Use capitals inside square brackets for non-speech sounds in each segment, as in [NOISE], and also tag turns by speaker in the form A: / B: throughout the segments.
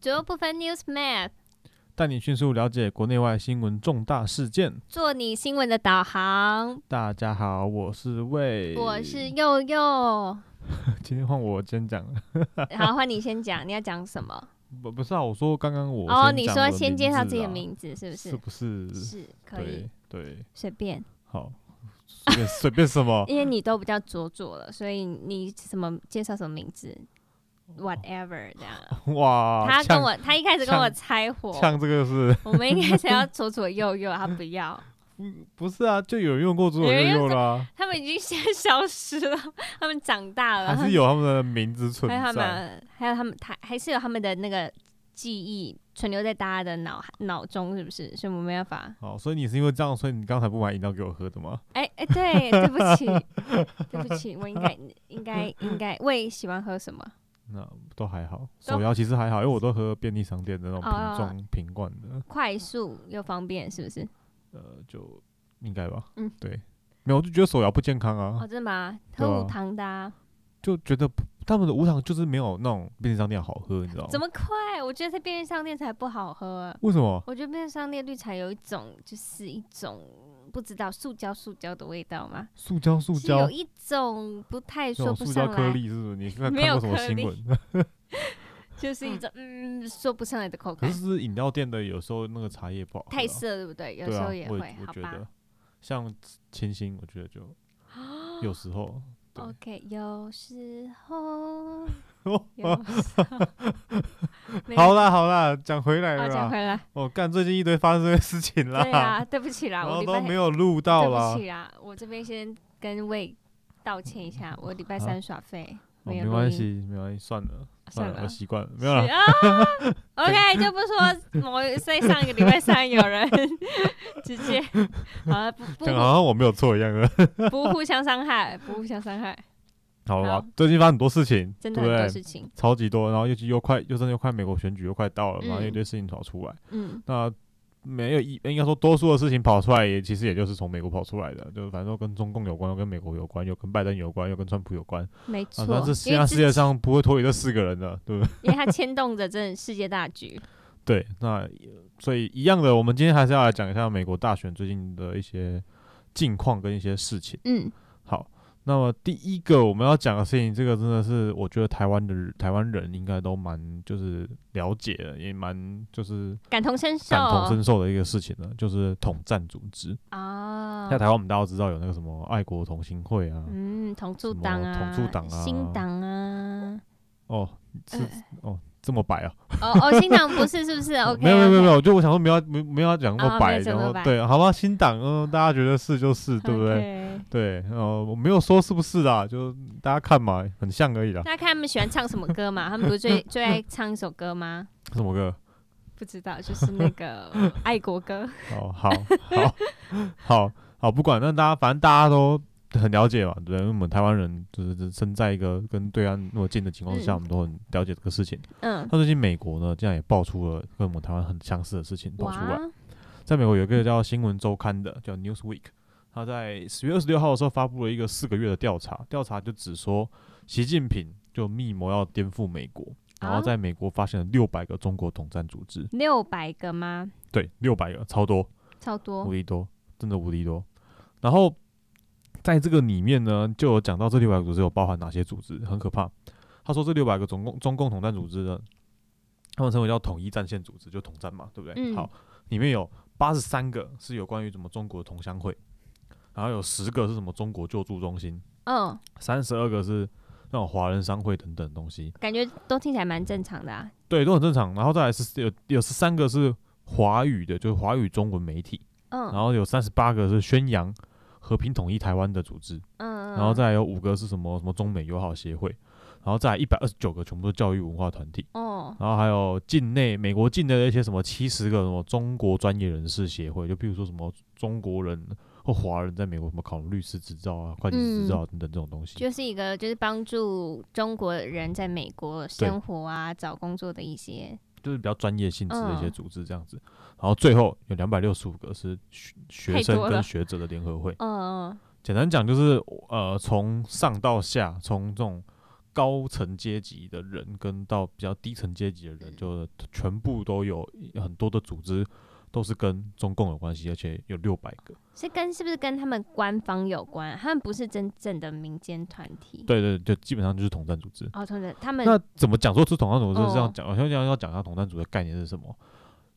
A: 左右不分 News Map，
B: 带你迅速了解国内外新闻重大事件。
A: 做你新闻的导航。
B: 大家好，我是魏，
A: 我是佑佑，
B: [LAUGHS] 今天换我先讲 [LAUGHS] 了，
A: 好，换你先讲，你要讲什么？
B: 不不是啊，我说刚刚我
A: 哦，
B: 先
A: 你
B: 讲
A: 说
B: 我的
A: 先介绍
B: 字
A: 自己的
B: 啊
A: 名字是不
B: 是
A: 是？
B: 不是？
A: 是，可以
B: 对对，
A: 随便，
B: 好，随便 [LAUGHS] 随便
A: [LAUGHS]
B: 什么
A: 因为你都比较左左了，所以你什么介绍什么名字，whatever 这样。
B: 哇，
A: 他跟
B: 哦呛
A: 我，他一开始跟我
B: 呛
A: 拆火，
B: 呛这个是 [LAUGHS]
A: 我们一开始要左左右右，他不要。
B: 不是啊？就有用过左
A: 有
B: 右
A: 人用
B: 右啦，
A: 他们已经现在消失了，他们长大了，
B: [LAUGHS] 还是有他们的名字存
A: 还有他
B: 在。
A: 们，还有他们，他还是有他们的那个记忆存留在大家的脑海脑中，是不是？所以我们没办法。
B: 好，所以你是因为这样，所以你刚才不买饮料给我喝的吗？
A: 哎、哎、
B: [LAUGHS]
A: 对，对不起，对不起，我应该应该应该喂喜欢喝什么？
B: 那都还好，
A: 都
B: 手摇其实还好，因为我都喝便利商店的那种瓶
A: 哦
B: 装瓶罐的，
A: 快速又方便，是不是？
B: 呃，就应该吧。
A: 嗯
B: 对，没有，我就觉得手摇不健康啊
A: 哦，，真的吗？
B: 对
A: 喝
B: 啊
A: 无糖的、啊，
B: 就觉得不他们的无糖就是没有那种便利商店好喝，你知道
A: 怎
B: 吗？
A: 么快？我觉得在便利商店才不好喝、啊
B: 为什么？
A: 我觉得便利商店绿茶有一种就是一种不知道塑胶塑胶的味道吗？
B: 塑胶塑
A: 是
B: 胶
A: 有一种不太
B: 这
A: 说
B: 种
A: 不
B: 塑胶
A: 上
B: 颗
A: 来，
B: 粒是不是？你
A: [LAUGHS]
B: 看
A: 没
B: 看
A: 有
B: 过什么
A: 颗粒
B: 新闻？ [LAUGHS]
A: 就是一种嗯说不上来的口
B: 可
A: 感，
B: 是饮料店的有时候那个茶叶不好喝啊、
A: 太涩对不对？有
B: 对
A: 时
B: 啊，
A: 候
B: 我
A: 也
B: 我
A: 会，好
B: 觉
A: 吧
B: 得像清新，我觉得就
A: 啊
B: 有时候对
A: ？OK，有时候，
B: [LAUGHS]
A: 有
B: 好
A: 时
B: [LAUGHS]
A: 候没有
B: 啦好啦，讲回来
A: 好
B: 了
A: 讲
B: 啦，
A: 回来，
B: 我干、最近一堆发生的事情啦，
A: 对
B: [LAUGHS]
A: 啊，对不起啦，
B: 然
A: 我
B: 后
A: 礼
B: 都
A: 拜
B: 没有录到啊哦
A: 对
B: 啦
A: 不。起啦，我这边先跟魏道歉一下，我礼拜
B: 啊
A: 三耍废，
B: 哦、
A: 有
B: 没
A: 录
B: 关
A: 音
B: 系，没关系，算了
A: 算
B: 了，我
A: 了。
B: 习惯呃了，没有啦。
A: 啊，OK，就不
B: [LAUGHS]
A: 说某在上个礼拜三有人 [LAUGHS] 直接好了，不
B: 讲得好
A: 不
B: 像我没有错一样的。 [LAUGHS]
A: 不互相伤害，不互相伤害，
B: 好了
A: 好
B: 吧，最近发生很多事情，
A: 真的
B: 对
A: 很多
B: 不对？
A: 事情，
B: 超级多，然后尤其又快，又真的又快，美国选举又快到了，然后
A: 嗯
B: 一堆事情跑出来。
A: 嗯，
B: 那没有一应该说多数的事情跑出来，也其实也就是从美国跑出来的，就是反正都跟中共有关，又跟美国有关，又跟拜登有关，又跟川普有关。
A: 没
B: 啊
A: 错，，
B: 那这
A: 因
B: 现
A: 为
B: 在
A: 之
B: 世界上不会脱离这四个人的，对不 [LAUGHS] 对？
A: 因为它牵动着真的世界大局，
B: 对，那所以一样的，我们今天还是要来讲一下美国大选最近的一些近况跟一些事情。
A: [LAUGHS] 嗯，
B: 好，那么第一个我们要讲的事情，这个真的是我觉得台湾的人台湾人应该都蛮就是了解的，也蛮就是
A: 感同身受
B: 感同身受的一个事情呢，就是统战组织。
A: 啊
B: 在，台湾，我们大家都知道有那个什么爱国同心会啊，
A: 嗯，同住
B: 什么
A: 党啊，
B: 同住党啊
A: 新党啊，
B: 哦，是、
A: 呃
B: 哦，这么
A: [LAUGHS]
B: 白啊？
A: 哦哦，新党不是是不
B: [LAUGHS]
A: 是？OK，
B: 没有没有没有没有，就我想说没有要没没有要讲那
A: 啊
B: 么白，
A: 没有讲
B: 然
A: 那么
B: 后
A: 白
B: 对，好吧，新党，嗯、大家觉得是就是，对不对？
A: 对？
B: 对，呃，我没有说是不是啦，就大家看嘛，很像而已啦。
A: 大家看他们喜欢唱什么歌
B: [LAUGHS]
A: 嘛？他们不是最最爱唱一首歌吗？
B: 什么歌？
A: 不知道，就是那
B: [LAUGHS]
A: 个爱国歌。
B: 哦，好好好好，不管，那大家反正大家都。很了解嘛，对不对，因为我们台湾人就是身在一个跟对岸那么近的情况之
A: 嗯
B: 下，我们都很了解这个事情。
A: 嗯，
B: 那最近美国呢，竟然也爆出了跟我们台湾很相似的事情爆出来。
A: 哇，
B: 在美国有一个叫《新闻周刊》的，叫 Newsweek，他在十月二十六号的时候发布了一个四个月的调查，调查就指说习近平就密谋要颠覆美国，然后
A: 啊
B: 在美国发现了六百个中国统战组织，
A: 六百个吗？
B: 对，六百个，超多，
A: 超多
B: 无。敌多，真的无敌多。然后在这个里面呢，就有讲到这六百个组织有包含哪些组织，很可怕。他说这六百个总共中共统战组织呢，他们称为叫统一战线组织，就统战嘛，对不对？
A: 嗯
B: 好，里面有八十三个是有关于什么中国同乡会，然后有十个是什么中国救助中心，
A: 嗯，
B: 三十二个是那种华人商会等等的东西，
A: 感觉都听起来蛮正常的啊。
B: 对，都很正常。然后再来是有有十三个是华语的，就是华语中文媒体，
A: 嗯
B: 然后有三十八个是宣扬和平统一台湾的组织，
A: 嗯，
B: 然后再来有五个是什么什么中美友好协会，然后再来一百二十九个全部都是教育文化团体，
A: 哦，
B: 然后还有境内美国境内的一些什么七十个什么中国专业人士协会，就比如说什么中国人或华人在美国什么考律师执照啊、会计师执照、啊等等这种东西。
A: 就是一个就是帮助中国人在美国生活啊、找工作的一些
B: 就是比较专业性质的一些
A: 嗯
B: 组织这样子，然后最后有两百六十五个是学学
A: 太
B: 生
A: 多
B: 跟
A: 了
B: 学者的联合会，
A: 嗯，嗯
B: 简单讲就是，呃，从上到下，从这种高层阶级的人跟到比较低层阶级的人，
C: 嗯
B: 就全部都有很多的组织都是跟中共有关系，而且有六百个。
A: 是跟是不是跟他们官方有关？他们不是真正的民间团体。
B: 对对，就基本上就是统战组织。
A: 哦，同学，他们
B: 那怎么讲说是统战组织？是这样
A: 哦
B: 讲，我先要要讲一下统战组织的概念是什么。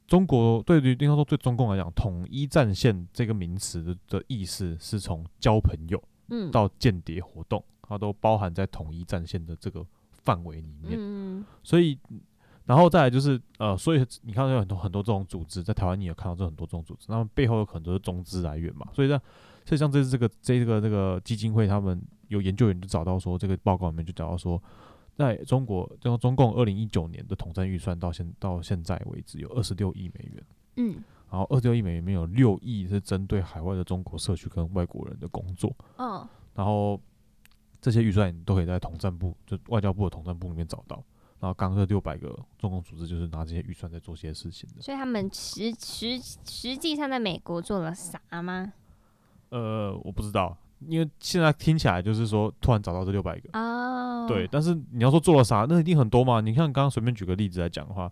B: 中国对于应该说对中共来讲，统一战线这个名词的的意思是从交朋友
A: 嗯
B: 到间谍活动，它都包含在统一战线的这个范围里面。
A: 嗯
B: 所以，然后再来就是呃，所以你看到有很多很多这种组织，在台湾你也看到这很多这种组织，那么背后有很多是中资来源嘛。所以像，所以像这次这个这个这个基金会，他们有研究员就找到说，这个报告里面就找到说，在中国，中中共二零一九年的统战预算到现到现在为止有二十六亿美元。
A: 嗯
B: 然后二十六亿美元里面有六亿是针对海外的中国社区跟外国人的工作，
A: 哦
B: 然后这些预算你都可以在统战部，就外交部的统战部里面找到。然后刚刚这六百个中共组织就是拿这些预算在做些事情的。
A: 所以他们实实实际上在美国做了啥吗？
B: 呃，我不知道，因为现在听起来就是说突然找到这六百个，
A: 哦，
B: 对。，但是你要说做了啥，那一定很多嘛。你看刚刚随便举个例子来讲的话，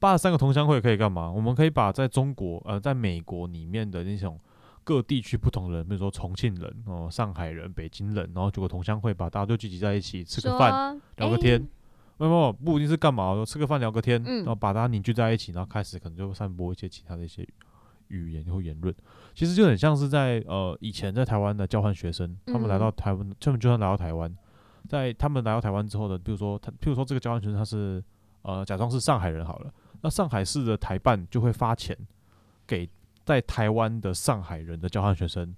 B: 八十三个同乡会可以干嘛？我们可以把在中国呃，在美国里面的那种。各地区不同的人，比如说重庆人、哦、上海人、北京人，然后九个同乡会，把大家都聚集在一起吃个
A: 说
B: 饭，聊个天
A: 哎
B: 没有没有，不一定是干嘛，吃个饭聊个天，
A: 嗯
B: 然后把大家凝聚在一起，然后开始可能就会散播一些其他的一些语言或言论。其实就很像是在呃以前在台湾的交换学生，
A: 嗯
B: 他们来到台湾，他们就算来到台湾，在他们来到台湾之后的，比如说他，譬如说这
A: 嗯
B: 个交换学生他是呃假装是上海人好了，那上海市的台办就会发钱给在台湾的上海人的交换学生，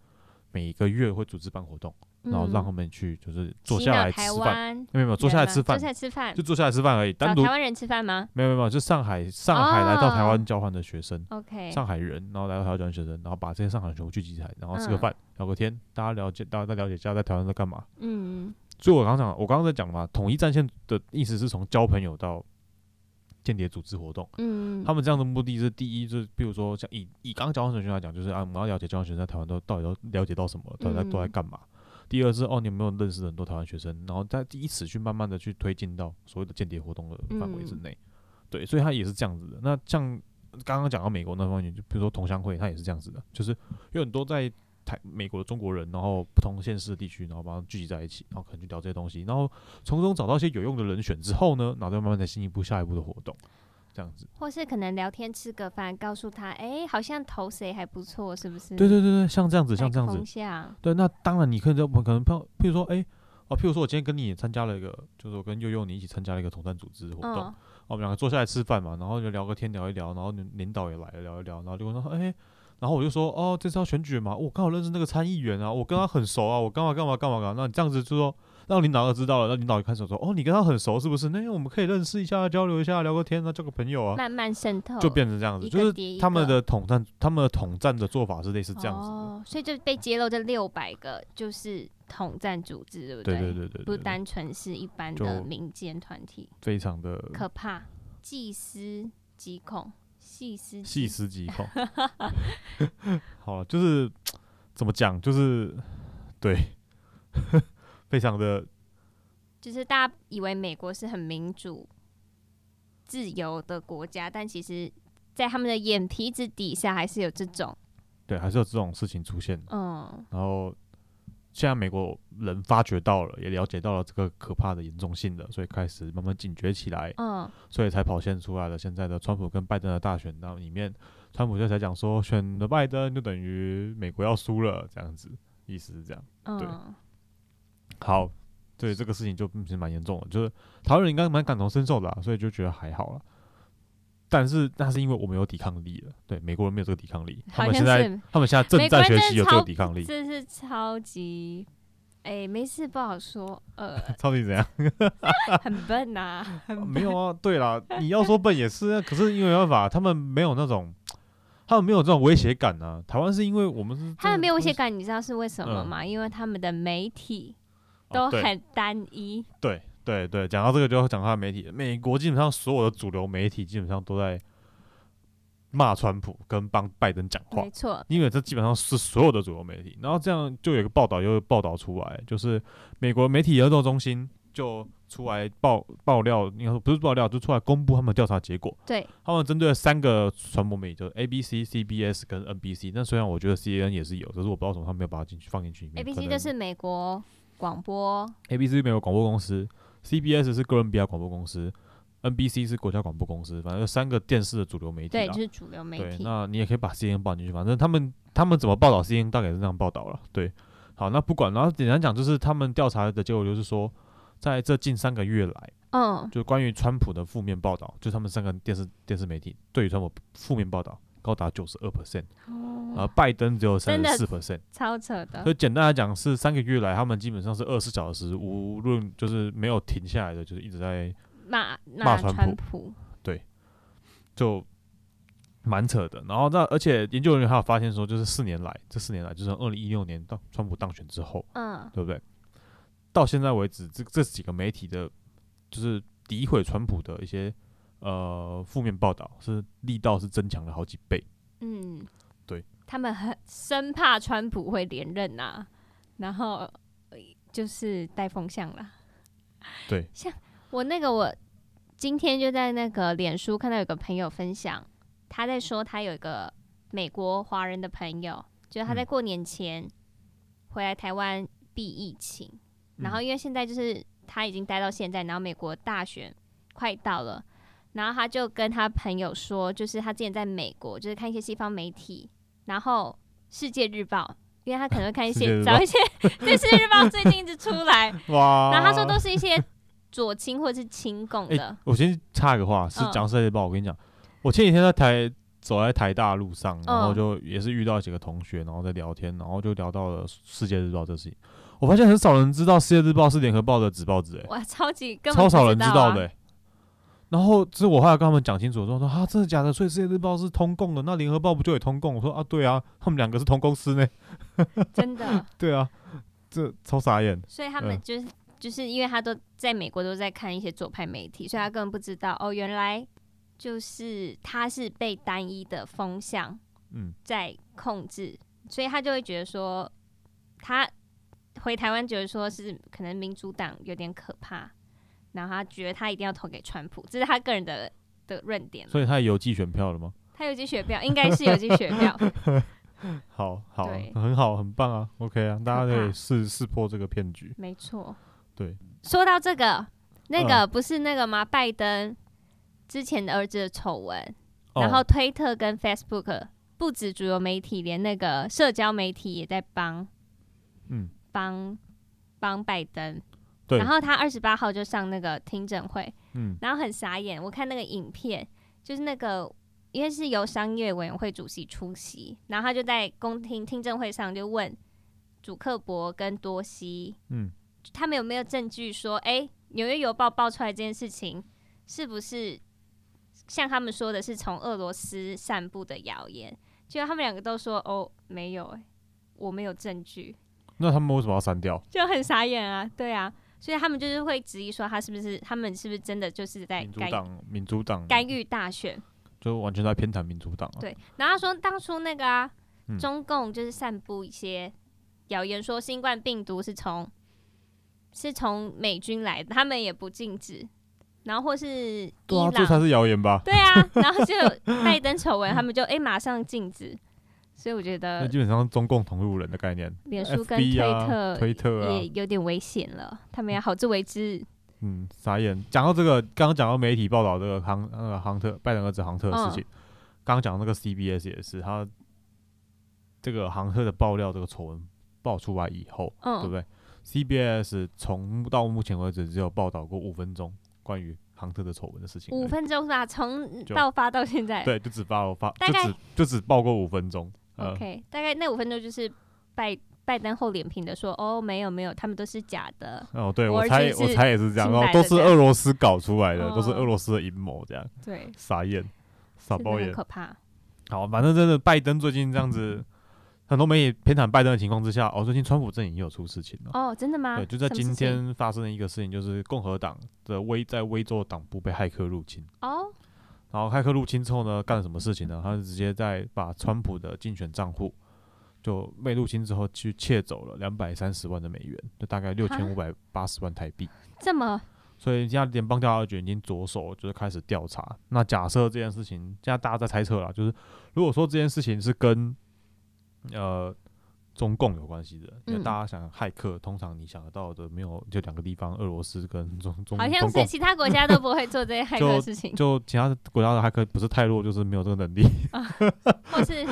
B: 每个月会组织办活动，然后让他
A: 嗯
B: 们去就是坐
A: 洗
B: 下
A: 脑
B: 来
A: 台
B: 吃饭。
A: 湾
B: 没有没有，坐下来
A: 人吗
B: 吃饭
A: 坐，下来吃饭，
B: 就坐下来吃饭而已，单
A: 找
B: 独
A: 台湾哦人吃饭吗
B: 没有没有没有，就上海上海来到台湾交换的学生，
A: ？OK，
B: 上海人，然后来到台湾交换学生，然后把这些上海人全部聚集起来，然后吃个
A: 嗯
B: 饭、聊个天，大家了解大家再了解一下在台湾在干嘛。
A: 嗯
B: 所以我刚刚讲，我刚刚在讲嘛，统一战线的意思是从交朋友到间谍组织活动。
A: 嗯，
B: 他们这样的目的是，第一就是，比如说像以以刚刚交换学生来讲，就是啊，我们要了解交换学生在台湾都到底都了解到什么，到底在都在
A: 嗯
B: 干嘛。第二是哦，你有没有认识很多台湾学生，然后在以此去慢慢的去推进到所谓的间谍活动的范围之
A: 嗯
B: 内。对，所以它也是这样子的。那像刚刚讲到美国那方面，就比如说同乡会，它也是这样子的，就是有很多在台美国的中国人，然后不同县市的地区，然后把它聚集在一起，然后可能去聊这些东西，然后从中找到一些有用的人选之后呢，然后再慢慢的进一步下一步的活动，这样子。
A: 或是可能聊天吃个饭，告诉他，哎，好像投谁还不错，是不是？
B: 对对对对，像这样子，
A: 来
B: 像这样子
A: 嗯空，下，
B: 对，那当然你可以在我可能碰，譬如说，哎、哦，譬如说我今天跟你也参加了一个，就是我跟悠悠你一起参加了一个统战组织活动，
A: 嗯
B: 哦，我们两个坐下来吃饭嘛，然后就聊个天，聊一聊，然后领领导也来了，聊一聊，然后就跟他说，哎、然后我就说，哦，这次要选举嘛，我刚好认识那个参议员啊，我跟他很熟啊，我干嘛干嘛干嘛干嘛，那你这样子就说。让领导都知道了，那领导就开始说：“哦，你跟他很熟是不是？那我们可以认识一下，交流一下，聊个天啊，交个朋友啊，
A: 慢慢渗透，
B: 就变成这样子。
A: 一
B: 就
A: 个
B: 是
A: 叠一
B: 他们
A: 个
B: 的统战，他们的统战的做法是类似这样子的。
A: 哦，所以就被揭露这六百个就是统战组织，对不
B: 对
A: 对
B: 对对对，
A: 不
B: 对
A: 单纯是一般的
B: 就嗯
A: 民间团体，
B: 非常的
A: 可怕，细思极恐，细思极
B: 细思极
A: [LAUGHS]
B: 恐。好了，就是怎么讲，就是对， [LAUGHS] 非常的
A: 就是大家以为美国是很民主、自由的国家，但其实，在他们的眼皮子底下还是有这种，
B: 对，还是有这种事情出现。
A: 嗯，
B: 然后现在美国人发觉到了，也了解到了这个可怕的严重性了，所以开始慢慢警觉起来，
A: 嗯，
B: 所以才跑现出来了。现在的川普跟拜登的大选当里面，川普就才讲说，选了拜登就等于美国要输了，这样子，意思是这样。
A: 嗯，
B: 好，对这个事情就嗯其实蛮严重的，就是台湾人应该蛮感同身受的、啊，所以就觉得还好了。但是那是因为我们有抵抗力了，对美国人没有这个抵抗力，他
A: 好
B: 们
A: 像
B: 现在
A: 是，
B: 他们现在正
A: 美国
B: 在
A: 人
B: 学
A: 真的
B: 习有这个
A: 超
B: 抵抗力，
A: 这是超级，哎、没事，不好说，呃，
B: 到底怎样？
A: 很笨呐、
B: [LAUGHS]
A: 很
B: 没有啊，对啦，你要说笨也是啊，可是因为没办法，他们没有那种，他们没有这种威胁感啊。台湾是因为我们是
A: 他们没有威胁
B: 感，
A: 感，你知道是为什么
B: 嗯
A: 吗？因为他们的媒体
B: 哦
A: 都
B: 对
A: 很单一，
B: 对对对，讲到这个就要讲到媒体了，美国基本上所有的主流媒体基本上都在骂川普跟帮拜登讲话
A: 没，错，
B: 因为这基本上是所有的主流媒体。然后这样就有一个报道又报道出来，就是美国媒体研究中心就出来爆爆料，应该说不是爆料，就出来公布他们调查结果。
A: 对，
B: 他们针对了三个传播媒体，就是 ABC、CBS 跟 NBC。那虽然我觉得 CNN 也是有，可是我不知道为什么他们没有把它进去放进去里面。
A: A、B、
B: 可
A: C
B: 能
A: 就是美国广播，
B: ABC 是美国广播公司，CBS 是哥伦比亚广播公司，NBC 是国家广播公司，反正有三个电视的主流媒体啊
A: 对，
B: 啦
A: 就是主流媒
B: 对，
A: 体。
B: 那你也可以把 CNN 报进去，反正他们他们怎么报道 CNN 大概是那样报道了。对，好，那不管，然后简单讲就是他们调查的结果就是说，在这近三个月来，
A: 嗯，
B: 就关于川普的负面报道，就他们三个电视电视媒体对于川普负面报道高达九十二 percent，而
A: 哦，
B: 拜登只有三
A: 真的嗯
B: 十四 percent。
A: 超扯的
B: 所。以简单来讲是三个月来，他们基本上是二十小时，无论就是没有停下来的，就是一直在
A: 骂
B: 骂
A: 骂
B: 川
A: 川普，
B: 就蛮扯的。然后那而且研究人员还有发现说，就是四年来，这四年来就是二零一六年当川普当选之后，
A: 嗯，
B: 对不对？到现在为止，这这几个媒体的，就是诋毁川普的一些呃负面报道，是力道是增强了好几倍。
A: 嗯，
B: 对，
A: 他们很生怕川普会连任啊，然后呃就是带风向啦。
B: 对，
A: [LAUGHS] 像我那个我今天就在那个脸书看到有个朋友分享，他在说他有一个美国华人的朋友，就是他在
B: 嗯
A: 过年前回来台湾避疫情，然
B: 嗯
A: 后因为现在就是他已经待到现在，然后美国大选快到了，然后他就跟他朋友说，就是他之前在美国，就是看一些西方媒体，然后《世界日报》，因为他可能会看一
B: [LAUGHS] 世界
A: 些
B: 日
A: 找
B: 报啊
A: 一些对《世界日报》最近一直出
B: [LAUGHS]
A: 来，
B: 哇
A: 然后他说都是一些左倾或是亲共
B: 哎
A: 的，
B: 我先插个话，是
A: 嗯
B: 讲世界报。我跟你讲，我前几天在台走在台大路上，然后
A: 嗯
B: 就也是遇到几个同学，然后在聊天，然后就聊到了世界日报这事情。我发现很少人知道世界日报是联合报的子报纸、欸，
A: 哇，超级根本
B: 超
A: 不
B: 少人知道
A: 啊
B: 的、欸。然后这我后来跟他们讲清楚，说说啊，真的假的？所以世界日报是通共的，那联合报不就也通共？我说啊，对啊，他们两个是同公司呢。
A: 真
B: [LAUGHS]
A: 的，
B: 对啊，这超傻眼。
A: 所以他们
B: 嗯
A: 就是。就是因为他都在美国都在看一些左派媒体，所以他根本不知道哦，原来就是他是被单一的风向
B: 嗯，
A: 在控制，所以他就会觉得说，他回台湾觉得说是可能民主党有点可怕，然后他觉得他一定要投给川普，这是他个人的的论点嘛。
B: 所以他也邮寄选票了吗？
A: 他有机选票，应该是有机选
B: [LAUGHS]
A: 票，
B: 好好
A: 对，
B: 很好，很棒啊，OK 啊，大家
A: 可
B: 可
A: 怕
B: 以试试破这个骗局。
A: 没错。
B: 对，嗯
A: 说到这个，那个不是那个吗？拜登之前的儿子的丑闻，然后
B: 哦、
A: 推特跟 Facebook 不止主流媒体，连那个社交媒体也在帮
B: 嗯，
A: 帮帮拜登。
B: 对，
A: 然后他二十八号就上那个听证会，
B: 嗯
A: 然后很傻眼。我看那个影片，就是那个因为是由商业委员会主席出席，然后他就在公听听证会上就问主克伯跟多西，
B: 嗯，
A: 他们有没有证据说，哎、纽约邮报》爆出来这件事情是不是像他们说的是从俄罗斯散布的谣言？结果他们两个都说，哦，没有、哎，我没有证据。
B: 那他们为什么要删掉？
A: 就很傻眼啊， [LAUGHS] 对啊，所以他们就是会质疑说他是不是他们是不是真的就是在
B: 民主
A: 干
B: 党，民主党
A: 干预大选，
B: 就完全在偏袒民主党啊。
A: 对，然后他说当初那个啊，
B: 嗯
A: 中共就是散布一些谣言说新冠病毒是从是从美军来的，他们也不禁止，然后或是伊
B: 对啊，
A: 朗，
B: 这才是谣言吧？
A: 对啊，然后就有拜登丑闻，他们就哎、诶马上禁止，所以我觉
B: 那
A: 得
B: 基本上是中共同路人的概念。
A: 呃脸书跟
B: FB
A: 推
B: 啊，
A: 特
B: 推特啊
A: 也，有点危险了，他们要好自为之。
B: 嗯，傻眼。讲到这个，刚刚讲到媒体报道这个杭那个杭特拜登儿子杭特的
A: 嗯
B: 事情，刚刚讲到那个 CBS 也是，他这个杭特的爆料这个丑闻爆出来以后，
A: 嗯，
B: 对不对？CBS 从到目前为止只有报道过五分钟关于杭特的丑闻的事情而已，
A: 五分钟是吧？从
B: 就
A: 到发到现在，
B: 对，就只报发，
A: 大
B: 就
A: 概
B: 只就只报过五分钟。呃，
A: ，OK，大概那五分钟就是拜拜登厚脸皮的说，哦，没有没有，他们都是假的，
B: 哦，对
A: 我
B: 我
A: 儿
B: 猜
A: 子
B: 我
A: 是
B: 猜也是这样，
A: 清
B: 哦
A: 白，
B: 都
A: 的
B: 是
A: 这样
B: 俄罗斯搞出来的，都是
A: 哦
B: 俄罗斯的阴谋，这样
A: 对，
B: 傻眼，傻
A: 真的
B: 包
A: 很
B: 眼。
A: 可怕，
B: 好，反正真的，拜登最近这样子，很多媒体偏袒拜登的情况之下，哦，最近川普阵营也有出事情了。
A: 哦，真的吗？
B: 对，就在
A: 什么
B: 今
A: 事情
B: 天发生了一个事情，就是共和党的威在威州的党部被骇客入侵。
A: 哦，
B: 然后骇客入侵之后呢，干了什么事情呢？他就直接在把川普的竞选账户就被入侵之后去窃走了两百三十万的美元，就大概六千五百八十万台币。
A: 这么
B: 所以现在联邦调查局已经着手就是开始调查。那假设这件事情，现在大家在猜测啦，就是如果说这件事情是跟呃中共有关系的，因为
A: 嗯
B: 大家想骇客，通常你想得到的没有就两个地方，俄罗斯跟中中
A: 好
B: 中
A: 像是
B: 共。
A: 其他国家都不会做这些骇客的事情，
B: 就其他国家的骇客不是太弱，就是没有这个能力， [LAUGHS]
A: 或是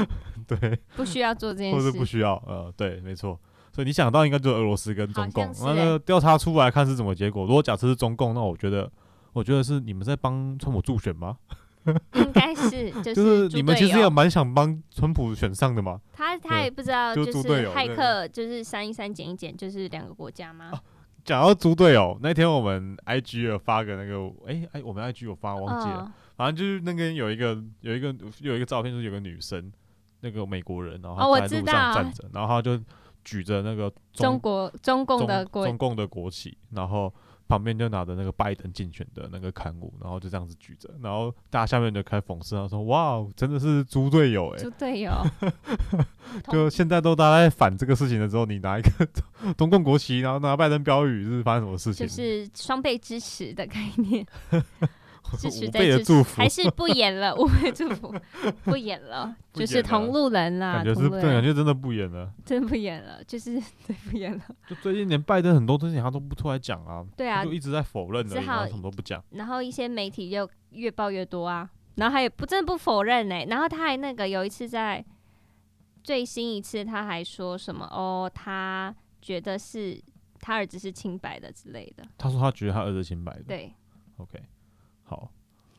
B: 对，
A: 不需要做这件
B: 或是
A: 事。
B: 不需要，呃，对，没错。所以你想到应该就是俄罗斯跟中共
A: 好像，是
B: 那
A: 欸
B: 个调查出来看是什么结果。如果假设是中共，那我觉得，我觉得是你们在帮川普助选吗？
A: 应该
B: [LAUGHS]
A: 是就
B: 就是是你
A: 猪
B: 们
A: 队
B: 其实也
A: 友
B: 蛮想帮川普选上的嘛。
A: 他他也不知道，
B: 就
A: 就是是
B: 猪队友
A: 骇
B: 对啊
A: 客就是删一删减一减，就是两个国家吗？
B: 讲到猪队友，那天我们 IG 有发个那个，哎、哎，我们 IG 有发，忘记了。
A: 嗯
B: 反正就是那个有一个有一个有一个照片，就是有个女生，那个美国人，然
A: 哦
B: 后
A: 我
B: 她在
A: 知
B: 路上
A: 道
B: 站着，然后她就举着那个
A: 中国中共
B: 中
A: 的国
B: 中共的国旗，然后旁边就拿着那个拜登竞选的那个刊物，然后就这样子举着，然后大家下面就开始讽刺他说：“哇，真的是猪队友哎、
A: 猪队
B: [LAUGHS]
A: 友，同
B: 就现在都大家在反这个事情的时候，你拿一个中中共国旗，然后拿拜登标语，是发生什么事情？ [LAUGHS]
A: 就是双倍支持的概念，支持
B: 五
A: 再
B: 倍的
A: 支
B: 祝
A: 持，
B: 福
A: 还，是不演了，五倍祝
B: [LAUGHS]
A: 福，不演了，就
B: 不演
A: 是
B: 了
A: 同路人啦，
B: 感觉
A: 啊同
B: 是
A: 路
B: 对，感
A: 人
B: 觉真的不演了。
A: 真不演了，就是对不演了，
B: 就最近连拜登很多事情他都不出来讲啊，
A: 对
B: 他
A: 啊
B: 就。一直在否认
A: 只
B: 而已，然
A: 好
B: 后什么都不讲。
A: 然后一些媒体就越报越多啊，然后他也不真的不否认呢、然后他还那个有一次在最新一次他还说什么哦，他觉得是他儿子是清白的之类的，
B: 他说他觉得他儿子清白的。
A: 对，
B: ，OK，好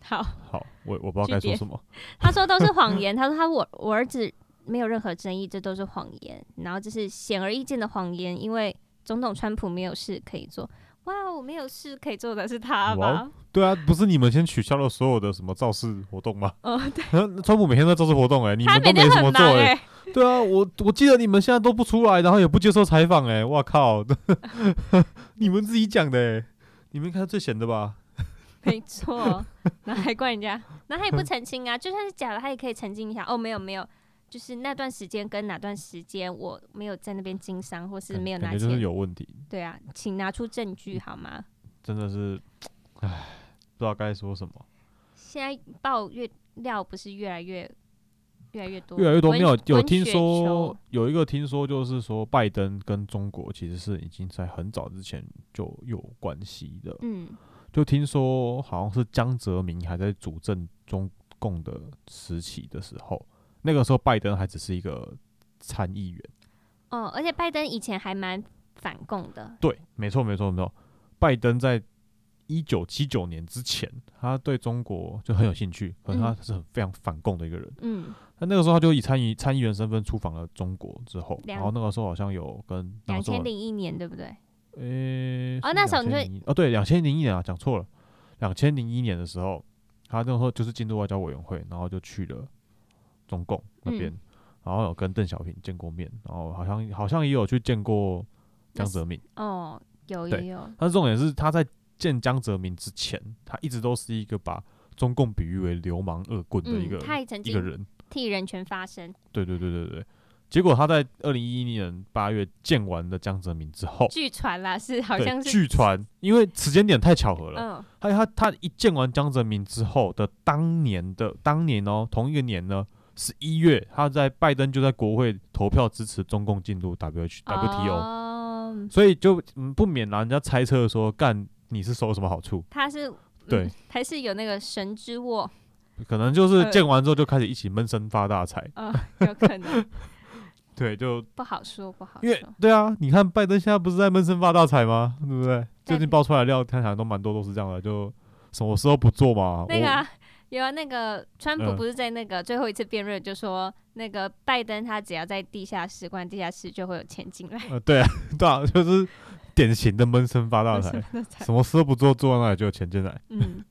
A: 好，
B: 好，我我不知道
A: 据
B: 该说
A: 点
B: 什么。
A: 他说都是谎
B: [LAUGHS]
A: 言，他说他我我儿子没有任何争议，这都是谎言，然后这是显而易见的谎言，因为总统川普没有事可以做。哇，我没有事可以做的是他
B: 哇
A: 吧
B: 哦？对啊，不是你们先取消了所有的什么造势活动吗？
A: 哦，对，
B: 川普每天都在造势活动哎、你
A: 他
B: 们
A: 每
B: 都没
A: 天
B: 什么
A: 很
B: 做
A: 忙
B: 哎、
A: 哎、
B: 对啊，我我记得你们现在都不出来，然后也不接受采访哎，
A: [LAUGHS]
B: 哇靠，你们自己讲的哎、你们应该是最闲的吧？
A: [LAUGHS] 没错，然后还怪人家，然后他也不澄清啊，就算是假的，他也可以澄清一下。哦，没有没有，就是那段时间跟哪段时间我没有在那边经商，或是
B: 感
A: 没有拿
B: 感觉就是
A: 钱。
B: 有嗯问题，
A: 对啊，请拿出证据好吗？
B: 真的是，唉，不知道该说什么，
A: 现在爆越料不是越来越越来越多，
B: 越来越多
A: 滚
B: 没有有
A: 滚
B: 听
A: 雪
B: 说
A: 球
B: 有一个听说就是说拜登跟中国其实是已经在很早之前就有关系的，
A: 嗯，
B: 就听说好像是江泽民还在主政中共的时期的时候，那个时候拜登还只是一个参议员。
A: 哦，而且拜登以前还蛮反共的，
B: 对，没错，没错，没错。拜登在一九七九年之前，他对中国就很有兴趣，可是他
A: 嗯
B: 是很非常反共的一个人。
A: 嗯，
B: 那、那个时候他就以参议参议员身份出访了中国之后，
A: 两
B: 然后那个时候好像有跟
A: 两千，
B: 那个时
A: 零一年对不对？
B: 候诶、
A: 哦那时候你就
B: 2001哦对，两千零一年啊，讲错了，两千零一年的时候，他那时候就是进入外交委员会，然后就去了中共那边。
A: 嗯
B: 然后有跟邓小平见过面，然后好像好像也有去见过
A: 那
B: 江
A: 是
B: 泽民，
A: 哦，有有
B: 对
A: 有，
B: 但是重点是他在见江泽民之前，他一直都是一个把中共比喻为流氓恶棍的一个、
A: 嗯，他也曾
B: 一个
A: 经
B: 人。
A: 替人权发声，
B: 对对对对对。结果他在二零一一年八月见完了江泽民之后，
A: 据传啦，是好
B: 对
A: 像是
B: 据传，因为时间点太巧合了，
A: 嗯，
B: 还有他他一见完江泽民之后的当年的当年哦，同一个年呢。十一月，他在拜登就在国会投票支持中共进入 W H WTO，、
A: 哦、
B: 所以就嗯不免让人家猜测说，干你是收了什么好处？
A: 他是
B: 对
A: 嗯，还是有那个神之握，
B: 可能就是
A: 呃
B: 见完之后就开始一起闷声发大财。
A: 嗯，有可能 [LAUGHS]
B: 对，就
A: 不好说，不好
B: 因为
A: 说，
B: 对啊，你看拜登现在不是在闷声发大财吗？对不对？最近
A: 但
B: 爆出来的料，看起来都蛮多都是这样的，就什么时候不做嘛？
A: 那个、
B: 我
A: 啊。有啊，那个川普
B: 嗯
A: 不是在那个最后一次辩论就说，那个拜登他只要在地下室关地下室就会有钱进来，
B: 呃，对啊， [LAUGHS] 对啊，就是典型的闷声发大
A: 什
B: 财
A: 么。都在
B: 什么时候不做，做到那里就有钱进来。
A: 嗯，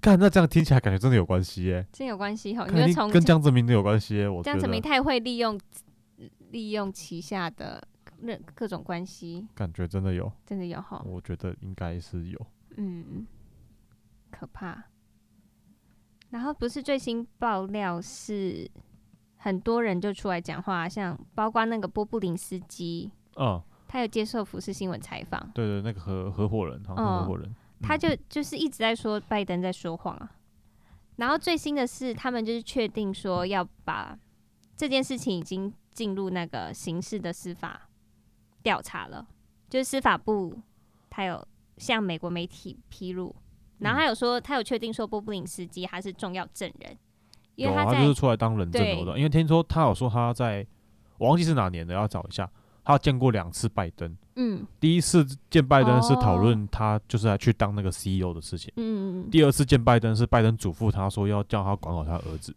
B: 看，那这样听起来感觉真的有关系耶、
A: 真有关系吼。
B: 看
A: 哦你就
B: 一定
A: 从
B: 跟江泽民的有关系耶、我觉
A: 江泽民
B: 得
A: 太会利用利用旗下的各各种关系，
B: 感觉真的有，
A: 真的有吼。
B: 我觉得应该是有。
A: 嗯，可怕。然后不是最新爆料是很多人就出来讲话，像包括那个波布林斯基，
B: 嗯，
A: 他有接受福斯新闻采访，
B: 对对，那个合合伙人，航空合伙人，
A: 哦
B: 嗯
A: 他就就是一直在说拜登在说谎啊。然后最新的是，他们就是确定说要把这件事情已经进入那个刑事的司法调查了，就是司法部他有向美国媒体披露，
B: 嗯
A: 然后他有说他有确定说波布林斯基他是重要证人，因
B: 有
A: 为
B: 啊，他
A: 在
B: 就是出来当人证的，
A: 对
B: 我知道因为听说他有说他在，我忘记是哪年的，要找一下。他见过两次拜登，
A: 嗯
B: 第一次见拜登是讨
A: 哦
B: 论他就是来去当那个 CEO 的事情，
A: 嗯嗯
B: 第二次见拜登是拜登嘱咐他说要叫他管好他儿子，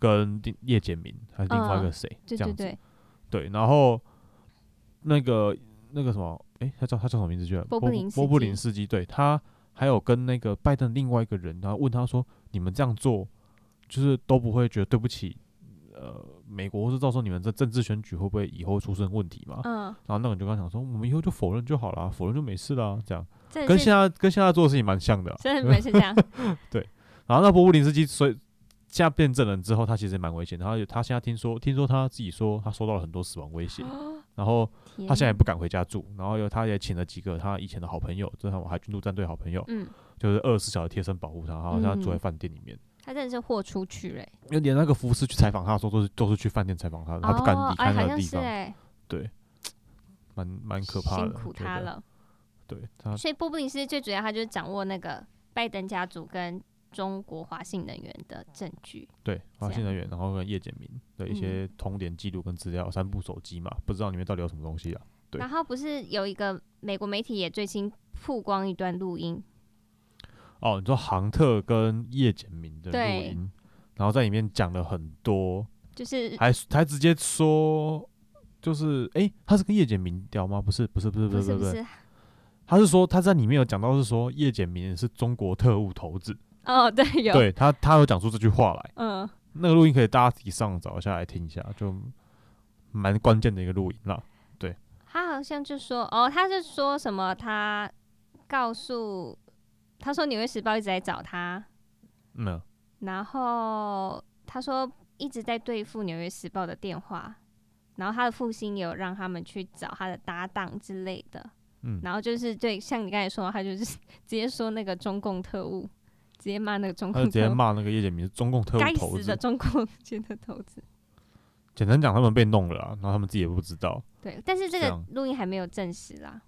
B: 跟丁叶简明还是另外一个谁、这
A: 嗯对
B: 样
A: 对
B: 子
A: 对，
B: 对然后那个那个什么，诶，他叫他叫什么名字去了？
A: 波布林斯
B: 波布林
A: 基
B: 斯基，对他还有跟那个拜登另外一个人，然后问他说：“你们这样做，就是都不会觉得对不起，呃，美国或是到时候你们这政治选举会不会以后出现问题嘛？”
A: 嗯，
B: 然后那个人就刚想说：“我们以后就否认就好了，啊否认就没事啦。”
A: [LAUGHS]
B: 这样
A: 真
B: 跟
A: 的
B: 现
A: 是
B: 在跟现在做的事情蛮像的啊、
A: 真的蛮是这
B: [LAUGHS]
A: 样，
B: 然后那波布林斯基，所以现在变证人之后，他其实也蛮危险的。他有他现在听说，听说他自己说他收到了很多死亡威胁，然后
A: 哦天
B: 他现在也
A: 哪
B: 不敢回家住，然后有他也请了几个他以前的好朋友，就是我海军陆战队好朋友，
A: 嗯，
B: 就是二十四小时贴身保护他，然后他住在
A: 嗯
B: 饭店里面。
A: 他真的是豁出去了欸，
B: 因为连那个服饰去采访他的时候，都是都是去饭店采访他的，他不敢
A: 哦
B: 离
A: 哎
B: 开那
A: 好
B: 个
A: 像
B: 地
A: 是
B: 方，
A: 哎，
B: 蛮蛮可怕的。
A: 辛苦
B: 我觉
A: 他
B: 得，
A: 了。
B: 对他
A: 所以波布林斯最主要他就是掌握那个拜登家族跟中国华信能源的证据。
B: 对华
A: 这
B: 信人员，然后跟叶简明的一
A: 嗯
B: 些通联记录跟资料，三部手机嘛，不知道里面到底有什么东西啊。对
A: 然后不是有一个美国媒体也最新曝光一段录音，
B: 哦，你说杭特跟叶简明的录
A: 对
B: 音，然后在里面讲了很多，
A: 就是
B: 还还直接说，就是诶，他是跟叶简明聊吗？不是，不是，不是，
A: 不
B: 不
A: 是
B: 是，
A: 不
B: 不是，
A: 是
B: 他是说他在里面有讲到是说叶简明是中国特务头子，
A: 哦，对，有，
B: 对他他有讲出这句话来，
A: 嗯，
B: 那个录音可以大家自己上网找一下来听一下，就蛮关键的一个录音啦。
A: 他好像就说哦，他是说什么？他告诉他说《纽约时报》一直在找他，
B: 嗯，
A: 然后他说一直在对付《纽约时报》的电话，然后他的父亲也有让他们去找他的搭档之类的。
B: 嗯
A: 然后就是对，像你刚才说，他就是 [LAUGHS] 直接说那个中共特务，直接骂那个中
B: 他就
A: 共
B: 呃
A: [LAUGHS]
B: 直接
A: 特务，
B: 骂那个叶简明是中共特务
A: 该
B: 头
A: 死的
B: 子，
A: 中共间的头子。
B: 简单讲他们被弄了啦，啊然后他们自己也不知道，
A: 对，但是这
B: 这
A: 个
B: 样
A: 录音还没有证实啦。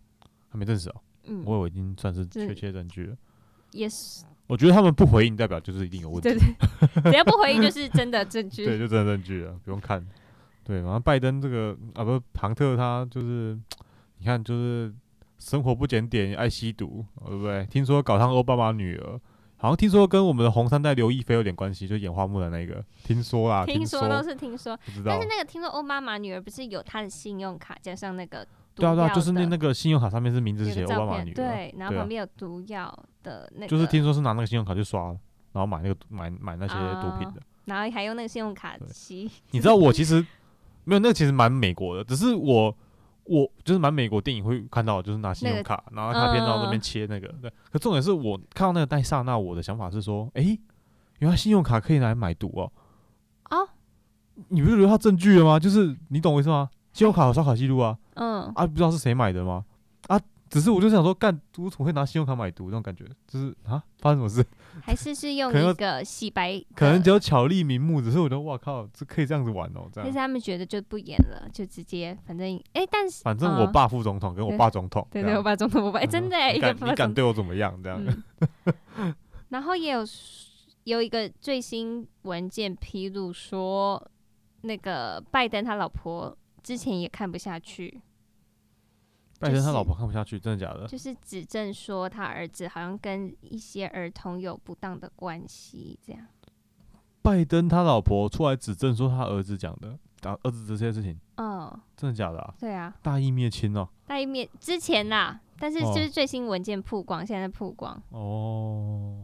B: 还没证实哦。
A: 嗯，
B: 我以为已经算是
A: 这
B: 确切证据了。
A: 也是，
B: 我觉得他们不回应，代表就是一定有问题，
A: 对对，只要不回应就是真的
B: [LAUGHS]
A: 证
B: 对，
A: 据。
B: 就真的证据了，不用看。对，然后拜登这个啊，不，庞特他就是，你看就是生活不检点，爱吸毒，对不对？听说搞上奥巴马女儿，好像听说跟我们的红三代刘亦菲有点关系，就演花木兰那个，听说啦，
A: 听
B: 说
A: 说都是听说，
B: 不知道
A: 但是。那个听说欧妈妈女儿不是有她的信用卡加上那个毒
B: 对啊对
A: 药
B: 啊，
A: 的，
B: 就是那那个信用卡上面是名字
A: 有
B: 写
A: 个
B: 奥巴
A: 照
B: 马
A: 片，
B: 女儿，
A: 对，然后
B: 对啊
A: 旁边有毒药的那个，
B: 就是听说是拿那个信用卡去刷，然后买那个买买那些毒品
A: 啊
B: 的。
A: 然后还用那个信用卡
B: 对
A: 吸，
B: 你知道我其实没有，那其实蛮美国的，只是我我就是蛮美国电影会看到的，就是拿信
A: 那
B: 用
A: 个
B: 卡，拿卡片，然后那
A: 嗯
B: 边切那个。对，可重点是我看到那个戴萨那，我的想法是说，诶，原来信用卡可以拿来买毒哦。
A: 哦，
B: 你不是留下证据了吗？就是你懂我意思吗？信用卡有刷卡记录啊，
A: 嗯，
B: 啊，不知道是谁买的吗？啊，只是我就想说，干，我怎么会拿信用卡买毒？那种感觉就是啊，发生什
A: [LAUGHS]
B: 么事？
A: 还是是用
B: 可能
A: 一个洗白的，
B: 可能只有巧立名目，只是我觉得，哇靠，这可以这样子玩哦，这
A: 但
B: 样
A: 是。他们觉得就不演了，就直接反正哎，但是
B: 反正我
A: 嗯
B: 爸副总统跟我
A: 对
B: 爸总统，
A: 对
B: 这
A: 对，
B: 样
A: 我爸总统，我爸哎，真的哎，
B: 嗯你
A: 一个
B: 敢
A: 爸
B: 你
A: 总
B: 敢
A: 统，
B: 对啊我怎么样？这样， [LAUGHS]
A: 嗯，然后也有 s- 有一个最新文件披露说，那个拜登他老婆之前也看不下去，
B: 拜登
A: 就
B: 他
A: 是
B: 老婆看不下去，真的假的？
A: 就是指证说他儿子好像跟一些儿童有不当的关系，这样。
B: 拜登他老婆出来指证说他儿子讲的，啊，儿子这些事情，
A: 哦，
B: 真的假的啊？
A: 对啊，
B: 大义灭亲哦，
A: 那一面之前啦，但是
B: 哦
A: 就是最新文件曝光，现在曝光，
B: 哦，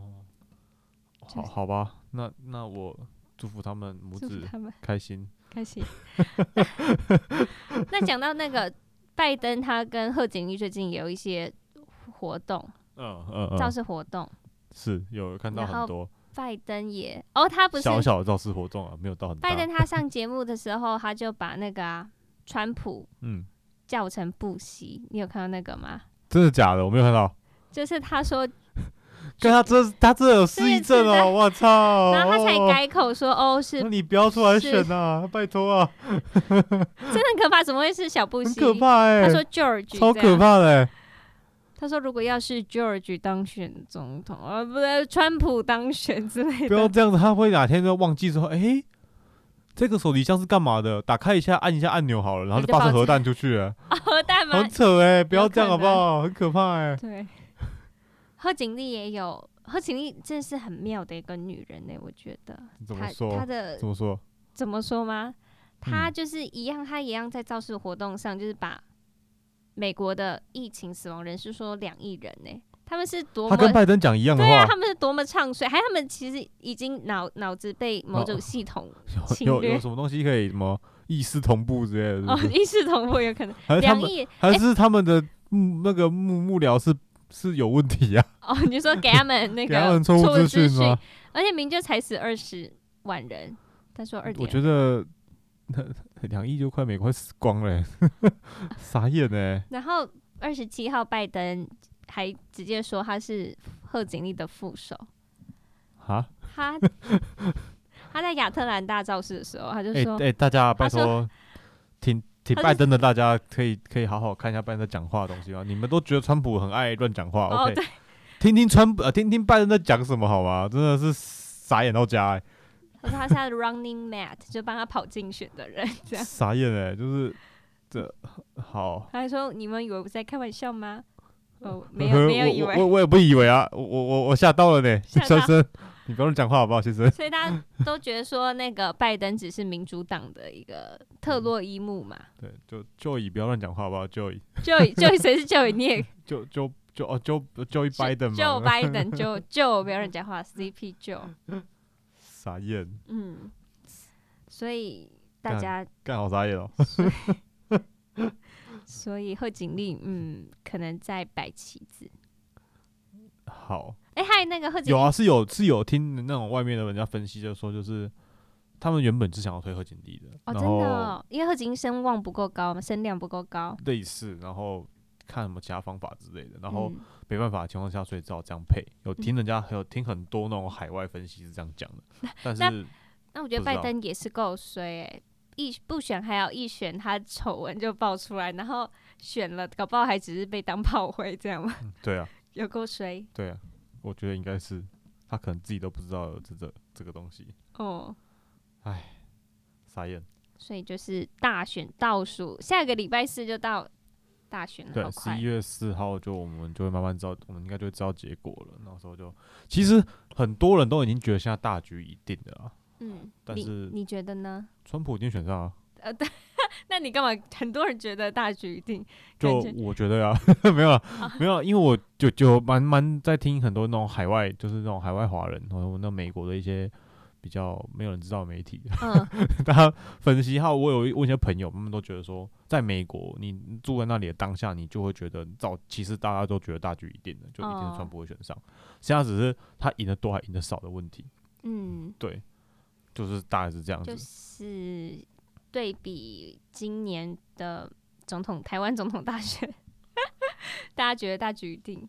B: 好
A: 就是
B: 好吧，那那我祝福他们母
A: 祝福
B: 子
A: 他们
B: 开心。
A: 开心。 [LAUGHS] 那讲到那个拜登，他跟贺锦丽最近也有一些活动，
B: 嗯嗯
A: 造
B: 嗯，
A: 势活动。
B: 是有看到
A: 然
B: 很
A: 后
B: 多
A: 拜登也哦，他不是
B: 小小的造势活动啊，没有到很大
A: 拜。登，他上节目的时候，他就把那个啊，川普
B: 嗯，
A: 教程不息，你有看到那个吗？
B: 真的假的？我没有看到。
A: 就是他说，
B: 看他这他这有失忆症哦！我操！
A: 然后他才改口说，哦，是
B: 那你不要出来选啊！拜托啊，
A: 真的很可怕，怎么会是小布
B: 很
A: 希？
B: 可怕哎、
A: 他说 George，
B: 超
A: 这
B: 可
A: 样
B: 怕的、
A: [LAUGHS]
B: 欸。
A: 他说如果要是 George 当选总统，啊，不对，川普当选之类
B: 不要
A: 的，
B: 这样子，他会哪天就忘记说，哎、这个手提箱是干嘛的？打开一下，按一下按钮好了，然后就发射核弹出
A: [LAUGHS]
B: 去了，
A: 核弹吗
B: 很？扯哎、不
A: 有
B: 要这样
A: 可
B: 好不
A: 能
B: 好？很可怕哎、
A: 对，贺锦丽也有，贺锦丽真的是很妙的一个女人呢、我觉得
B: 怎么
A: 她
B: 说
A: 她的
B: 怎么说？
A: 怎么说吗？她
B: 嗯
A: 就是一样，她一样在造势活动上，就是把美国的疫情死亡人数说两亿人呢、他们是多
B: 他
A: 么
B: 跟拜登讲一样的
A: 对啊，
B: 话，
A: 他们是多么畅睡，还有他们其实已经脑脑子被某
B: 哦
A: 种系
B: [LAUGHS]
A: 统侵
B: 有有
A: 略
B: 有什么东西可以什么意识同步之类的
A: 哦 [LAUGHS]
B: 是不是？
A: 意识同步有可能，
B: 还嗯 [LAUGHS] 是他
A: 两
B: 们
A: 亿哎
B: 还是他们的幕那个幕幕僚是是有问题啊？
A: 哦，你说给他们那
B: 给他
A: 个
B: 们错误
A: 误
B: 资
A: 资
B: 讯吗？
A: 而且明就才死二十万人，他说二点，
B: 我觉得那两亿就快美国快死光了欸、 [LAUGHS] 傻眼哎、
A: 然后二十七号拜登还直接说他是贺锦丽的副手，
B: 啊！
A: 他 [LAUGHS] 他在亚特兰大造势的时候，他就
B: 哎、
A: 说、
B: 哎、大家拜
A: 他说
B: 托，挺挺
A: 他
B: 拜
A: 就
B: 登的，大家可以可以好好看一下拜登在讲话的东西啊！你们都觉得川普很爱乱讲话、
A: 哦
B: o k
A: 对，
B: 听听川普，呃，听听拜登在讲什么好吗？真的是傻眼到家、欸，
A: 他说他是他的 running mate，就帮他跑竞选的人，这样。
B: 傻眼哎、就是这好。
A: 他还说你们以为我在开玩笑吗？哦， [LAUGHS] 没
B: [LAUGHS] 我
A: 有没有以
B: 我
A: 为，
B: 我我也不以为啊，我我我我吓到了呢、
A: 吓
B: 先
A: 到
B: 生，你不要乱讲话好不好，先生？ [LAUGHS]
A: 所以大家都觉得说那个拜登只是民主党的一个
B: 嗯
A: 特洛伊木嘛，
B: 对，就就以不要乱讲话好不好？就以
A: 就 [LAUGHS] 就谁是就你也
B: 就就就哦就就以 [LAUGHS] 拜登嘛，
A: 就 Biden
B: [LAUGHS]
A: 就就没有人讲话 CP 就
B: 傻眼，
A: 嗯，所以大
B: 干
A: 家
B: 干好傻眼哦。 [LAUGHS]
A: 所以贺锦丽嗯可能在摆棋子，
B: 好，
A: 哎、还有那个贺锦
B: 有
A: 丽
B: 啊，是有是有听那种外面的人家分析，就说就是他们原本是想要推贺锦丽的，
A: 哦
B: 然
A: 真的
B: 后
A: 哦、因为贺锦丽声望不够高嘛，声量不够高，
B: 类似，然后看什么其他方法之类的，然后
A: 嗯
B: 没办法的情况下，所以只好这样配。有听人家有听很多那种海外分析是这样讲的，
A: [LAUGHS]
B: 但
A: 那
B: 是
A: 那我觉得
B: 不
A: 拜
B: 知道
A: 登也是够衰哎、一不选还要一选，他丑闻就爆出来，然后选了，搞不好还只是被当炮灰这样嘛，
B: 嗯对啊
A: [LAUGHS] 有够衰
B: 对啊，我觉得应该是他可能自己都不知道有这这这个东西，
A: 哦。
B: 傻眼。
A: 所以就是大选倒数，下个礼拜四就到大选了，
B: 对，
A: 好
B: 十
A: 快哦
B: 一。月四号就我们就会慢慢知道，我们应该就会知道结果了。那时候就其实很多人都已经觉得现在大局已定了啊。
A: 嗯，
B: 但
A: 你
B: 是
A: 你觉得呢？ [LAUGHS]
B: 川普已经选上啊了，
A: 呃，对， [LAUGHS] 那你干嘛？很多人觉得大局已
B: [LAUGHS]
A: 定，
B: 就
A: 感觉
B: 我觉得呀、 [LAUGHS] 没有了，啊没有了，因为我就就蛮蛮在听很多那种海外，就是那种海外华人，然后那美国的一些比较没有人知道的媒体， [LAUGHS]
A: 嗯，
B: 大家分析。还有我有问一些朋友，他们都觉得说，在美国你住在那里的当下，你就会觉得早，其实大家都觉得大局已定了，就一定是
A: 哦
B: 川普会选上。现在只是他赢的多还赢的少的问题，
A: 嗯，
B: 对，就是大概是这样子
A: 就。是对比今年的总统台湾总统大选， [LAUGHS] 大家觉得大局已定。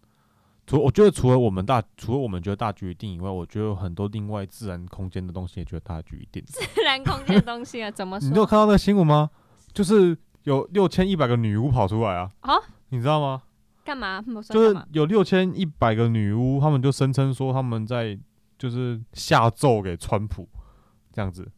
B: 除我觉得除了我们大，除了我们觉得大局已定以外，我觉得有很多另外自然空间的东西也觉得大局已定。
A: [LAUGHS] 自然空间的东西啊，怎么
B: 你有
A: 说？
B: 看到那个新闻吗？就是有六千一百个女巫跑出来啊！
A: 啊，
B: 你知道吗？
A: 干嘛？我说
B: 就
A: 干
B: 是
A: 嘛？
B: 有六千一百个女巫，他们就声称说他们在就是下咒给川普这样子，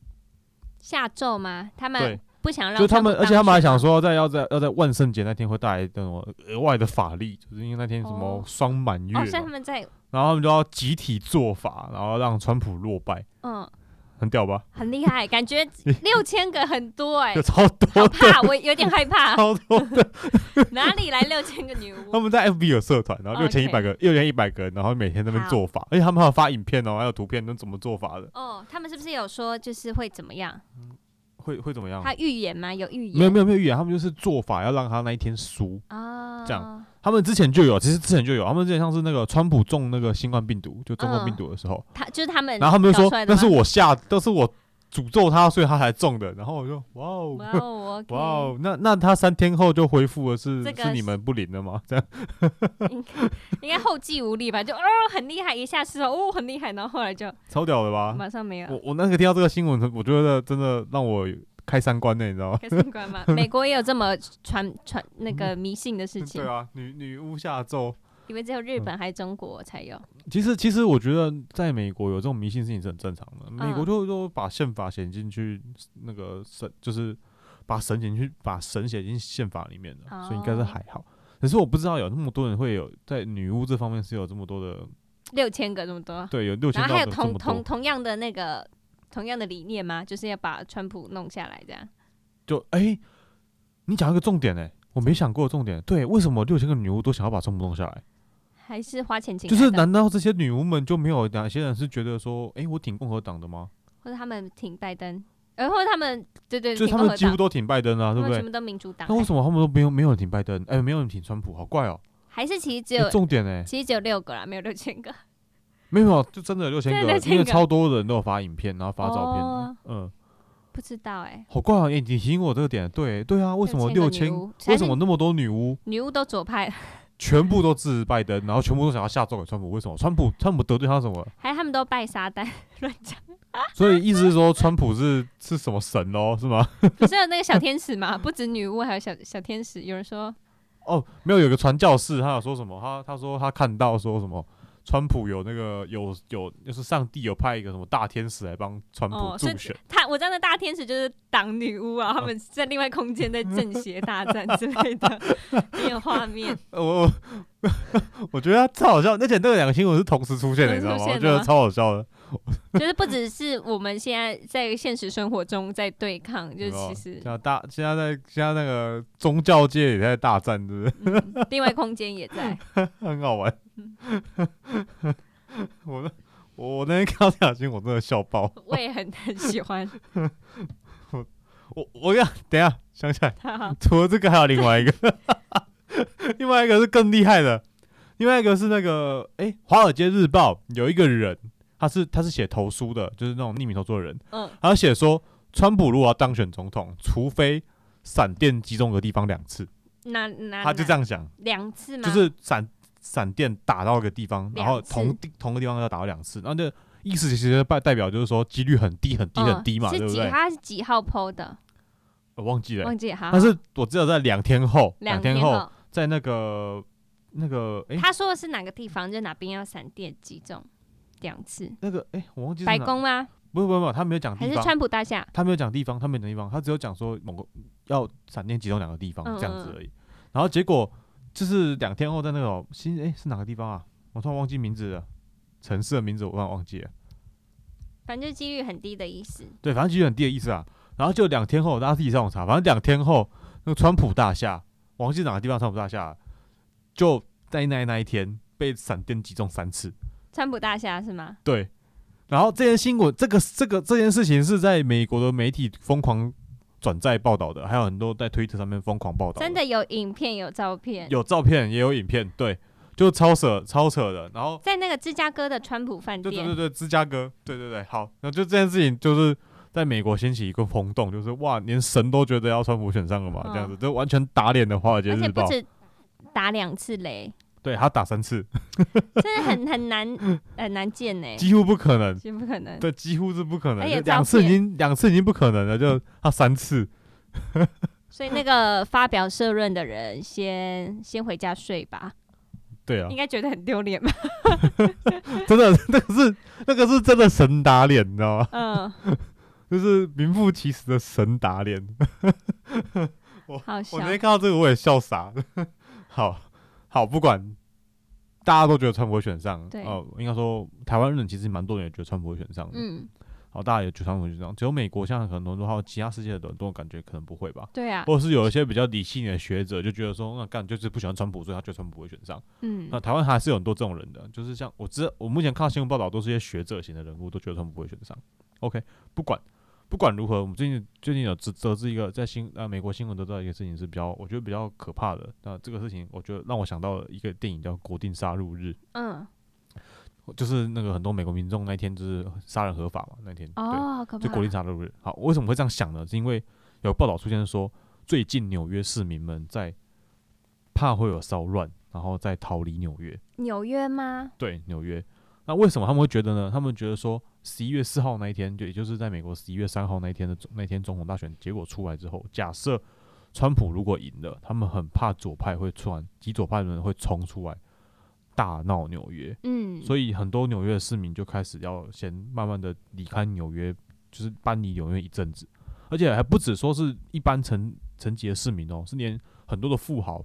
A: 下咒吗？他
B: 对
A: 们，啊不想让
B: 就是他们，而且他们还想
A: 说，
B: 说在要在要在万圣节那天会带来那种额外的法力，就是因为那天什么
A: 哦
B: 双满月嘛
A: 哦，所以他们在
B: 然后他们就要集体做法，然后让川普落败，
A: 嗯
B: 很屌吧？
A: 很厉害，感
B: [LAUGHS]
A: 觉六千个很多哎、
B: 就超多
A: 好怕，我有点害
B: [LAUGHS]
A: 怕，
B: 超多
A: 哪里来六千个女
B: 他
A: 巫？
B: 们在 FB 有社团，然后六千一百个，六千一百个，然后每天在那边
A: 哦好
B: 做法，而且他们还有发影片哦，还有图片，那怎么做法的？
A: 哦，他们是不是有说就是会怎么样？
B: 会会怎么样？
A: 他预言吗？有预言？
B: 没有没有没有预言，他们就是做法要让他那一天输。
A: 啊，
B: 这样他们之前就有，其实之前就有，他们之前像是那个川普中那个新冠病毒，就中冠
A: 嗯
B: 病毒的时候，
A: 他就是他们，
B: 然后他们就说那是
A: 我
B: 我下，那是我诅咒他，所以他才中的。然后我就哇哦
A: 哇哦，
B: [LAUGHS] 哇哦，那那他三天后就恢复了是，
A: 这
B: 是
A: 个
B: 你
A: 是
B: 们不灵了吗？这样
A: 应该应该后继无力吧？就哦很厉害，一下是哦很厉害，然后后来就
B: 超屌的吧？
A: 马上没有
B: 我
A: 了。
B: 我那个听到这个新闻，我觉得真的让我开三观呢，你知
A: [LAUGHS]
B: 道吗？
A: 开始关
B: [LAUGHS]
A: 嘛，美国也有这么传传那个迷信的事情
B: 嗯对，啊，嗯女女巫下咒。
A: 以为只有日本还是中国才有。
B: 其实，其实我觉得在美国有这种迷信事情是很正常的。美国
A: 嗯
B: 就就把宪法写进去，那个神就是把神写进去，把神写进宪法里面的，所以应该是
A: 哦
B: 还好。可是我不知道有那么多人会有在女巫这方面是有这么多的，
A: 六千个这么多，
B: 对，有六千
A: 然后
B: 到
A: 还有
B: 的这
A: 同
B: 么
A: 同
B: 多，
A: 同样的那个同样的理念吗？就是要把川普弄下来这样。
B: 就哎、你讲一个重点哎、我没想过重点，对，为什么六千个女巫都想要把中国弄下来？
A: 还是花钱请
B: 就
A: 来
B: 是
A: 的，
B: 难道这些女巫们就没有哪些人是觉得说，哎、我挺共和党的吗？
A: 或者他们挺拜登，呃，或者他们对对，
B: 就是
A: 挺
B: 他
A: 共
B: 们
A: 和
B: 几乎
A: 党，
B: 都挺拜登
A: 他
B: 啊，对不
A: 们全
B: 对？
A: 部都民主党
B: 那为
A: 欸，
B: 什么他们都没有没有人挺拜登？哎、没有人挺川普，好怪哦、
A: 还是其实只
B: 欸
A: 有
B: 重点哎、
A: 其实只有六个啦，没有六千个。
B: 没有没有，就真的有六千
A: 真
B: 个
A: 的
B: 啊，
A: 6000
B: 因为
A: 个
B: 超多人都有发影片，然后发照片，
A: 哦
B: 嗯，
A: 不知道哎，
B: 好怪哦、哎、你提醒我这个点，对对啊，为什么
A: 六
B: 六
A: 千
B: 千
A: 个女巫？
B: 为什么那么多女巫
A: 女巫都左派，
B: 全部都支持拜登，然后全部都想要下咒给川普？为什么？川普川普得罪他什么？
A: [LAUGHS] 还有他们都拜撒旦， [LAUGHS] 乱讲。
B: 所以意思是说，川普是是什么神哦，是吗？
A: 不是有那个小天使嘛？不止女巫，还有小小天使。有人说
B: 哦，没有，有个传教士，他有说什么？他他说他看到说什么？川普有那个有有，就是上帝有派一个什么大天使来帮川普
A: 哦
B: 助
A: 是
B: 选，哦
A: 他，我知道那大天使就是挡女巫啊，他们在另外空间在正邪大战之类的，
B: [LAUGHS]
A: 很有画面。
B: 呃我 [LAUGHS] 我我觉得他超好笑，而且那两个新闻是同时出现的，你知道
A: 同
B: 吗？
A: 时出
B: 我
A: 现
B: 觉
A: 的吗
B: 得超好笑的。
A: 就是不只是我们现在在现实生活中在对抗，就是
B: 有没有
A: 其实、
B: 像大现在在现在那个宗教界也在大战，对不对？
A: 嗯、另外空间也在。
B: [LAUGHS] 很好玩
A: 嗯。
B: [LAUGHS] 我那我我那天看到这两个新闻，我真的笑爆。
A: 我也很很喜欢
B: 我我要等一下想起来， [LAUGHS]
A: 他。
B: 除了这个，还有另外一个， [LAUGHS] 另外一个是更厉害的，另外一个是那个，诶，华尔街日报》有一个人，他是他是写投书的，就是那种匿名投诉的人，
A: 嗯，
B: 他写说，川普如果要当选总统，除非闪电击中个地方两次，
A: 那那
B: 他就这样想，
A: 那两次吗？
B: 就是闪闪电打到个地方，然后
A: 两次
B: 同地同个地方要打到两次，然后就意思其实代代表就是说几率很低很低很低嘛，
A: 嗯、
B: 对
A: 是
B: 不
A: 几？
B: 对？
A: 他是几号 PO 的？
B: 我忘记了，
A: 忘记哈。
B: 但是我只有在两天后，两
A: 两天
B: 后。在那个那个哎、
A: 他说的是哪个地方？就哪边要闪电击中两次？
B: 那个哎、诶我忘记是
A: 白
B: 哪，
A: 宫吗？
B: 不是不是不是，他没有讲
A: 还
B: 地
A: 是
B: 方，
A: 川普大厦？
B: 他没有讲地方，他没有讲地方，他只有讲说某个要闪电击中两个地方
A: 嗯
B: 这样子而已。然后结果就是两天后在那个新哎、是哪个地方啊？我突然忘记名字了，城市的名字我突然忘记了。
A: 反正就几率很低的意思。
B: 对，反正就是很低的意思啊。然后就两天后，大家自己上网查，反正两天后，那个川普大厦，我忘记哪个地方川普大厦了，就在那那一天被闪电击中三次。
A: 川普大厦是吗？
B: 对，然后这件新闻，这个这个这件事情是在美国的媒体疯狂转载报道的，还有很多在推特上面疯狂报道，
A: 真的有影片有照片，
B: 有照片也有影片，对，就超扯超扯的。然后
A: 在那个芝加哥的川普饭
B: 对对
A: 店
B: 对，对，芝加哥，对对对，好，那就这件事情就是在美国掀起一个轰动，就是哇，连神都觉得要川普选上了嘛，这样子，
A: 嗯
B: 这完全打脸的华尔街
A: 而且
B: 日
A: 不
B: 报，
A: 止打两次雷，
B: 对他打三次，
A: 真的很很
B: [LAUGHS]
A: 难很难见呢、
B: 几乎不可能。
A: 绝不可能。
B: 对，几乎是不可能
A: 而且，
B: 就
A: 照
B: 两次已
A: 片
B: 经两次已经不可能了，就他三次，
A: 所以那个发表社论的人先先回家睡吧，
B: 对啊
A: 应，该觉得很丢
B: [LAUGHS]
A: 脸吧？
B: 真的， [LAUGHS] 那个是那个是真的神打脸，你知道吗？ [LAUGHS]
A: 嗯，
B: 就是名副其实的神打脸。
A: 好
B: 我
A: 笑
B: 那。天看到这个我也笑傻了。好好，不管大家都觉得川普会选上，
A: 对
B: 哦、应该说台湾人其实蛮多人也觉得川普会选上的。
A: 嗯，
B: 好，大家也觉得川普会选上，只有美国像很多人说，还有其他世界的人都感觉可能不会吧。
A: 对啊，
B: 或者是有一些比较理性的学者就觉得说，那干就是不喜欢川普，所以他觉得川普不会选上。
A: 嗯
B: 那台湾还是有很多这种人的，就是像我知我目前看到新闻报道，都是一些学者型的人物，都觉得他们不会选上。OK，不管不管如何，我们最近最近有知得知一个在新呃美国新闻得到一个事情是比较我觉得比较可怕的。那这个事情我觉得让我想到了一个电影叫《国定杀戮日》，
A: 嗯，
B: 就是那个很多美国民众那天就是杀人合法嘛，那天对，
A: 哦，好可怕！
B: 就国立查德日。好，为什么会这样想呢？是因为有报道出现说，最近纽约市民们在怕会有骚乱，然后再逃离纽约。
A: 纽约吗？
B: 对，纽约。那为什么他们会觉得呢？他们觉得说，十一月四号那一天，就也就是在美国十一月三号那一天的那天总统大选结果出来之后，假设川普如果赢了，他们很怕左派会突然极左派的人会冲出来大闹纽约，
A: 嗯，
B: 所
A: 以
B: 以很多纽约的市民就开始要先慢慢的离开纽约，就是搬离纽约一阵子，而且还不止说是一般层层级的市民哦，是连很多的富豪，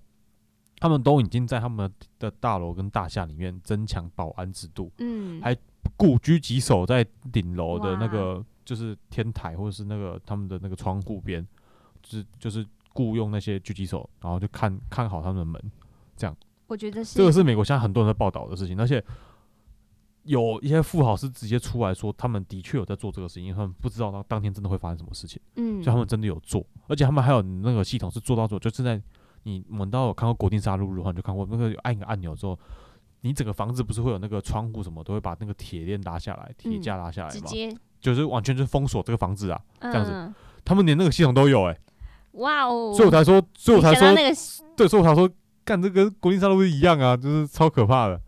B: 他们都已经在他们的大楼跟大厦里面增强保安制度，
A: 嗯，
B: 还顾居己手在顶楼的那
A: 哇
B: 个就是天台或者是那个他们的那个窗户边，就是就是雇佣那些狙击手，然后就看看好他们的门，
A: 我觉得是
B: 这个是美国现在很多人在报道的事情，而且有一些富豪是直接出来说，他们的确有在做这个事情，因为他们不知道当当天真的会发生什么事情，
A: 嗯，
B: 所以他们真的有做，而且他们还有那个系统是做到说，就是在你我们都有看过《国定杀戮日》的话，你就看过那个有按一个按钮之后。你整个房子不是会有那个窗户什么，都会把那个铁链拉下来，铁
A: 嗯
B: 架拉下来
A: 直
B: 嘛，
A: 接
B: 就是完全就是封锁这个房子啊。
A: 这
B: 样子他们连那个系统都有哎、
A: 哇哦！
B: 所以我才说，所以
A: 你
B: 我才
A: 想到
B: 说，
A: 那个
B: 对，所以我才说，干这跟国定杀戮日一样啊，就是超可怕的。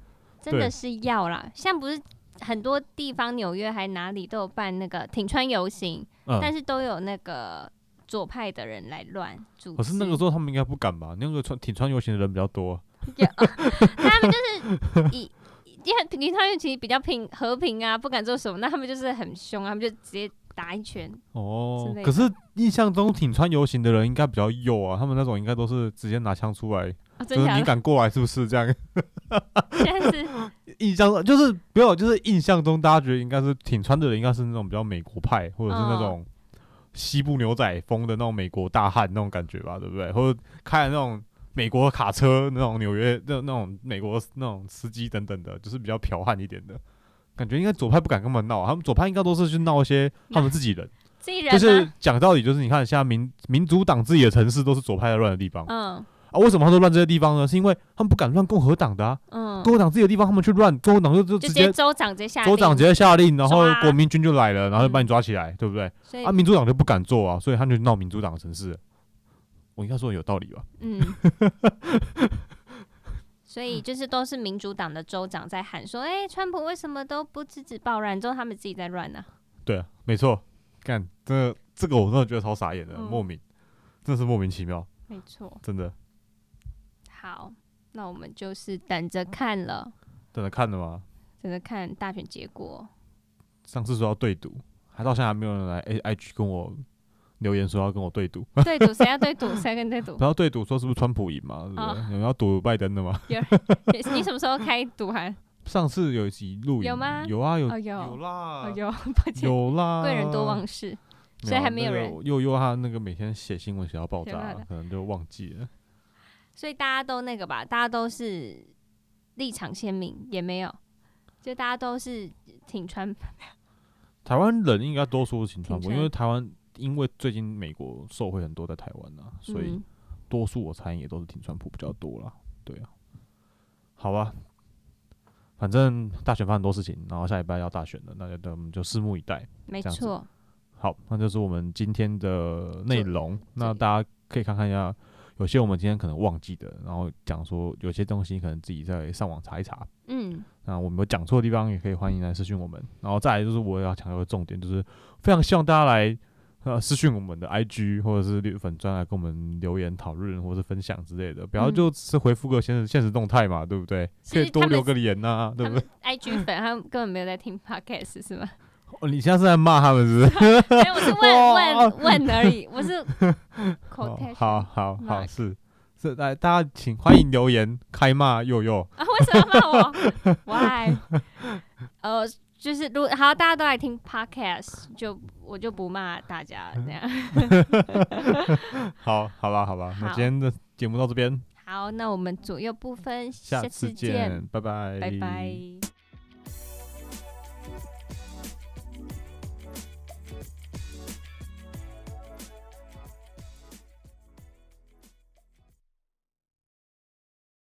A: 真
B: 对
A: 的是要啦，像不是很多地方，纽约还哪里都有办那个挺川游行，
B: 嗯，
A: 但是都有那个左派的人来乱组织。
B: 哦可是那个时候他们应该不敢吧？那个穿挺穿游行的人比较多啊、
A: 他们就是以因为挺川游行比较平和平啊，不敢做什么，那他们就是很凶啊，他们就直接打一拳。之
B: 哦
A: 类。的
B: 可是印象中挺穿游行的人应该比较幼啊，他们那种应该都是直接拿枪出来，
A: 哦、真
B: 就
A: 假
B: 是你
A: [LAUGHS] 的？
B: 敢过来是不是这样？
A: 现在是
B: 印象就是没有，就是印象中大家觉得应该是挺穿的人应该是那种比较美国派，或者是那
A: 嗯
B: 种西部牛仔风的那种美国大汉那种感觉吧，对不对？或者开的那种美国卡车那种纽约那那种美国那种司机等等的，就是比较剽悍一点的。感觉应该左派不敢跟他们闹啊，他们左派应该都是去闹一些他们自己人，
A: 自己人
B: 就
A: 吗？
B: 是讲道理，就是你看现在民民主党自己的城市都是左派在乱的地方啊，
A: 嗯
B: 为什么他们乱这些地方呢？是因为他们不敢乱共和党的啊，
A: 嗯，
B: 共和党自己的地方他们去乱，共和党就就
A: 就
B: 直
A: 直
B: 接
A: 接州长直接下令，
B: 州长直接下令，然后
A: 抓
B: 国民军就来了，然后就把你抓起来，对不对？
A: 所以、
B: 啊，民主党就不敢做啊，所以他就闹民主党的城市。我应该说有道理吧？
A: 嗯，
B: [LAUGHS]
A: 所以就是都是民主党的州长在喊说：“哎、川普为什么都不制止暴乱？”之后他们自己在乱呢、
B: 对啊，没错。干，真的，这个我真的觉得超傻眼的，
A: 嗯
B: 莫名，真的是莫名其妙，
A: 没错，
B: 真的。
A: 好，那我们就是等着看了，
B: 等着看的嘛。
A: 等着看大选结
B: [LAUGHS]
A: 果。
B: 上次说要对赌，还到现在还没有人来 A I G 跟我留言说要跟我对赌，
A: 对赌谁要对赌，谁要啊跟对赌
B: [LAUGHS] 不？要对赌说是不是川普赢嘛？对不对？
A: 哦
B: 有人要赌拜登的吗？
A: 你你什么时候开赌还？
B: 上次有一集录影
A: 有吗
B: 有啊，有
A: 哦有 [LAUGHS]
B: 有啦，
A: 哦哟，抱歉，
B: 有啊啦，
A: 贵人多忘事。所以还没有人
B: 啊那个悠悠他那个每天写新闻写到爆
A: 写到
B: 炸啊
A: 爆炸，
B: 可能就忘记了。
A: 所以大家都那个吧，大家都是立场鲜明，也没有，就大家都是挺川
B: 台湾人应该多数是挺川普，
A: 挺川
B: 因为台湾因为最近美国受贿很多在台湾啊，所以
A: 嗯
B: 多数我猜也都是挺川普比较多啦。对啊，好吧，反正大选发生很多事情，然后下礼拜要大选了，那就我们就拭目以待。
A: 没
B: 这样子
A: 错。
B: 好，那就是我们今天的内容。那
A: 里
B: 大家可以看看一下，有些我们今天可能忘记的，然后讲说有些东西可能自己再上网查一查。
A: 嗯，
B: 那我们有讲错的地方，也可以欢迎来私讯我们。然后再来就是我要强调的重点，就是非常希望大家来呃私讯我们的 IG 或者是绿粉专来跟我们留言讨论或是分享之类的，不要
A: 嗯
B: 就只是回复个现实现实动态嘛，对不对？
A: 其
B: 可以
A: 实
B: 多
A: 他们
B: 留个言呐、对
A: 他 [LAUGHS]
B: 不
A: 们
B: 对？
A: IG 粉他们根本没有在听 podcast 是吗？
B: 哦，你现在是在骂他们是不
A: [LAUGHS]
B: 是？
A: 没有，我是问问问而已，我是
B: 哦
A: quotation、
B: 好好好，
A: Mark
B: 是是，大大家请欢迎留言开骂佑佑。
A: [LAUGHS] 啊，为什么要骂我？Why？呃，就是如好，大家都来听 podcast，就我就不骂大家了这样。
B: 好，好吧，好吧，那
A: 好
B: 今天的节目到这边，
A: 好，那我们左右不分，
B: 下
A: 次
B: 次
A: 见，
B: 见，拜拜，
A: 拜拜